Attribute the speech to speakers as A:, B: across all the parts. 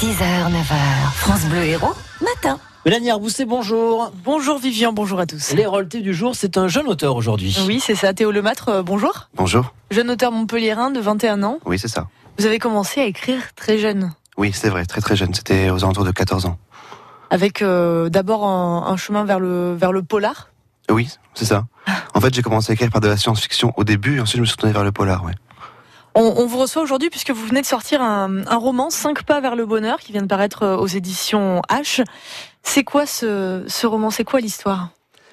A: 6h, 9h, France Bleu Héros, matin.
B: Mélanie Arbousset, bonjour.
C: Bonjour Vivian, bonjour à tous.
B: Les roletés du jour, c'est un jeune auteur aujourd'hui.
C: Oui, c'est ça, Théo Lemâtre, euh, bonjour.
D: Bonjour.
C: Jeune auteur montpelliérain de 21 ans.
D: Oui, c'est ça.
C: Vous avez commencé à écrire très jeune,
D: Oui, c'est vrai, très très jeune. C'était aux alentours de 14 ans.
C: avec euh, d'abord un, un chemin vers le, vers le polar.
D: Euh, Oui, c'est ça. En fait, j'ai commencé à écrire par de la science-fiction au début, et ensuite je me suis tourné vers le polar, ouais.
C: On, on vous reçoit aujourd'hui puisque vous venez de sortir un, un roman, 5 pas vers le bonheur, qui vient de paraître euh, aux éditions H. C'est quoi ce, ce roman C'est quoi l'histoire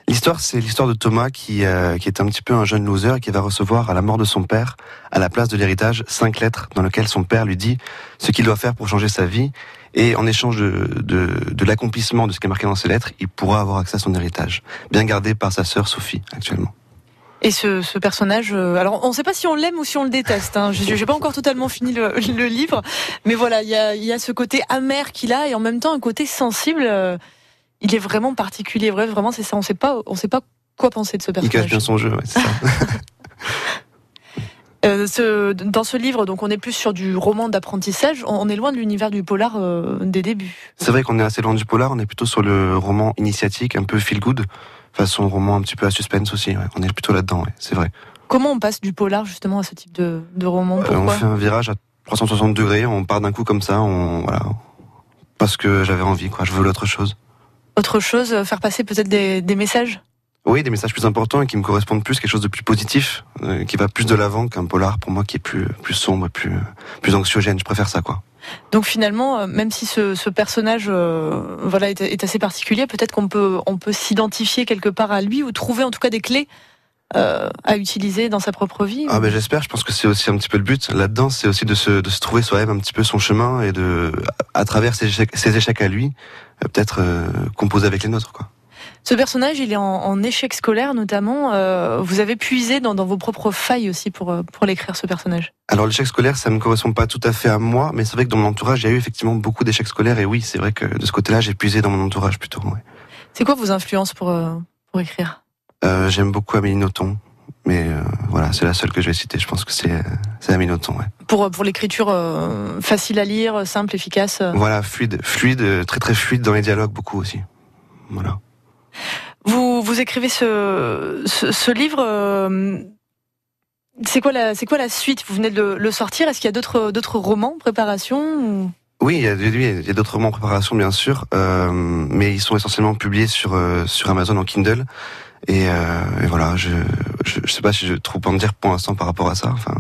D: L'histoire, c'est l'histoire de Thomas qui, euh, qui est un petit peu un jeune loser et qui va recevoir à la mort de son père, à la place de l'héritage, cinq lettres dans lesquelles son père lui dit ce qu'il doit faire pour changer sa vie. Et en échange de, de, de l'accomplissement de ce qui est marqué dans ces lettres, il pourra avoir accès à son héritage, bien gardé par sa sœur Sophie actuellement.
C: et ce, ce personnage, euh, alors on ne sait pas si on l'aime ou si on le déteste. Hein. Je n'ai pas encore totalement fini le, le livre, mais voilà, il y a, il y a ce côté amer qu'il a et en même temps un côté sensible. euh, il est vraiment particulier, vrai, vraiment c'est ça. On sait pas, on sait pas quoi penser de ce
D: Il cache bien
C: personnage.
D: son jeu, ouais, c'est ça.
C: Euh, ce- dans ce livre, donc on est plus sur du roman d'apprentissage. On, on est loin de l'univers du polar euh, des débuts.
D: C'est vrai qu'on est assez loin du polar, on est plutôt sur le roman initiatique, un peu feel good, façon roman un petit peu à suspense aussi. ouais. On est plutôt là-dedans, ouais, c'est vrai.
C: Comment on passe du polar justement à ce type de, de roman
D: Euh, on
C: Pourquoi
D: fait un virage à 360 degrés, on part d'un coup comme ça, on voilà, parce que j'avais envie, quoi. Je veux l'autre chose.
C: Autre chose, euh, faire passer peut-être des, des messages.
D: Oui, des messages plus importants et qui me correspondent plus, quelque chose de plus positif, euh, qui va plus de l'avant qu'un polar pour moi qui est plus plus sombre, plus plus anxiogène. Je préfère ça, quoi.
C: Donc finalement, euh, même si ce, ce personnage, euh, voilà, est, est assez particulier, peut-être qu'on peut on peut s'identifier quelque part à lui ou trouver en tout cas des clés euh, à utiliser dans sa propre vie.
D: Ah ben j'espère, je pense que c'est aussi un petit peu le but. Là-dedans, c'est aussi de se, de se trouver soi-même un petit peu son chemin et de, à travers ses échecs, ses échecs à lui, euh, peut-être euh, composer avec les nôtres. Quoi.
C: Ce personnage, il est en, en échec scolaire notamment. euh, vous avez puisé dans, dans vos propres failles aussi pour euh, pour l'écrire ce personnage.
D: Alors l'échec scolaire, ça me correspond pas tout à fait à moi, mais c'est vrai que dans mon entourage, il y a eu effectivement beaucoup d'échecs scolaires et oui, c'est vrai que de ce côté-là, j'ai puisé dans mon entourage plutôt. ouais.
C: C'est quoi vos influences pour euh, pour écrire
D: Euh, J'aime beaucoup Amélie Nothomb, mais euh, voilà, c'est la seule que je vais citer. Je pense que c'est euh, c'est Amélie Nothomb. ouais.
C: pour pour l'écriture euh, facile à lire, simple, efficace euh.
D: Voilà, fluide, fluide, euh, très très fluide dans les dialogues beaucoup aussi. Voilà.
C: Vous vous écrivez ce ce, ce livre. euh, c'est quoi la c'est quoi la suite Vous venez de le, le sortir. Est-ce qu'il y a d'autres d'autres romans en préparation ou-
D: Oui, il y a, oui, il y a d'autres romans en préparation, bien sûr, euh, mais ils sont essentiellement publiés sur euh, sur Amazon en Kindle. Et, euh, et voilà, je, je je sais pas si je trop en dire pour l'instant par rapport à ça. Enfin,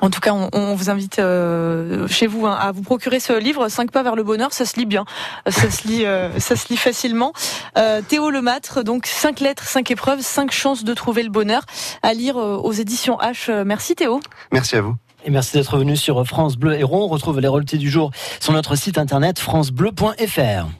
C: En tout cas, on, on vous invite euh, chez vous hein, à vous procurer ce livre. 5 pas vers le bonheur. Ça se lit bien. Ça se lit euh, ça se lit facilement. Euh, Théo Lemâtre. Donc cinq lettres, cinq épreuves, cinq chances de trouver le bonheur. À lire euh, aux éditions H. Euh, Merci Théo.
D: merci à vous.
B: Et merci d'être venu sur France Bleu Héron. On retrouve les roletés du jour sur notre site internet francebleu.fr.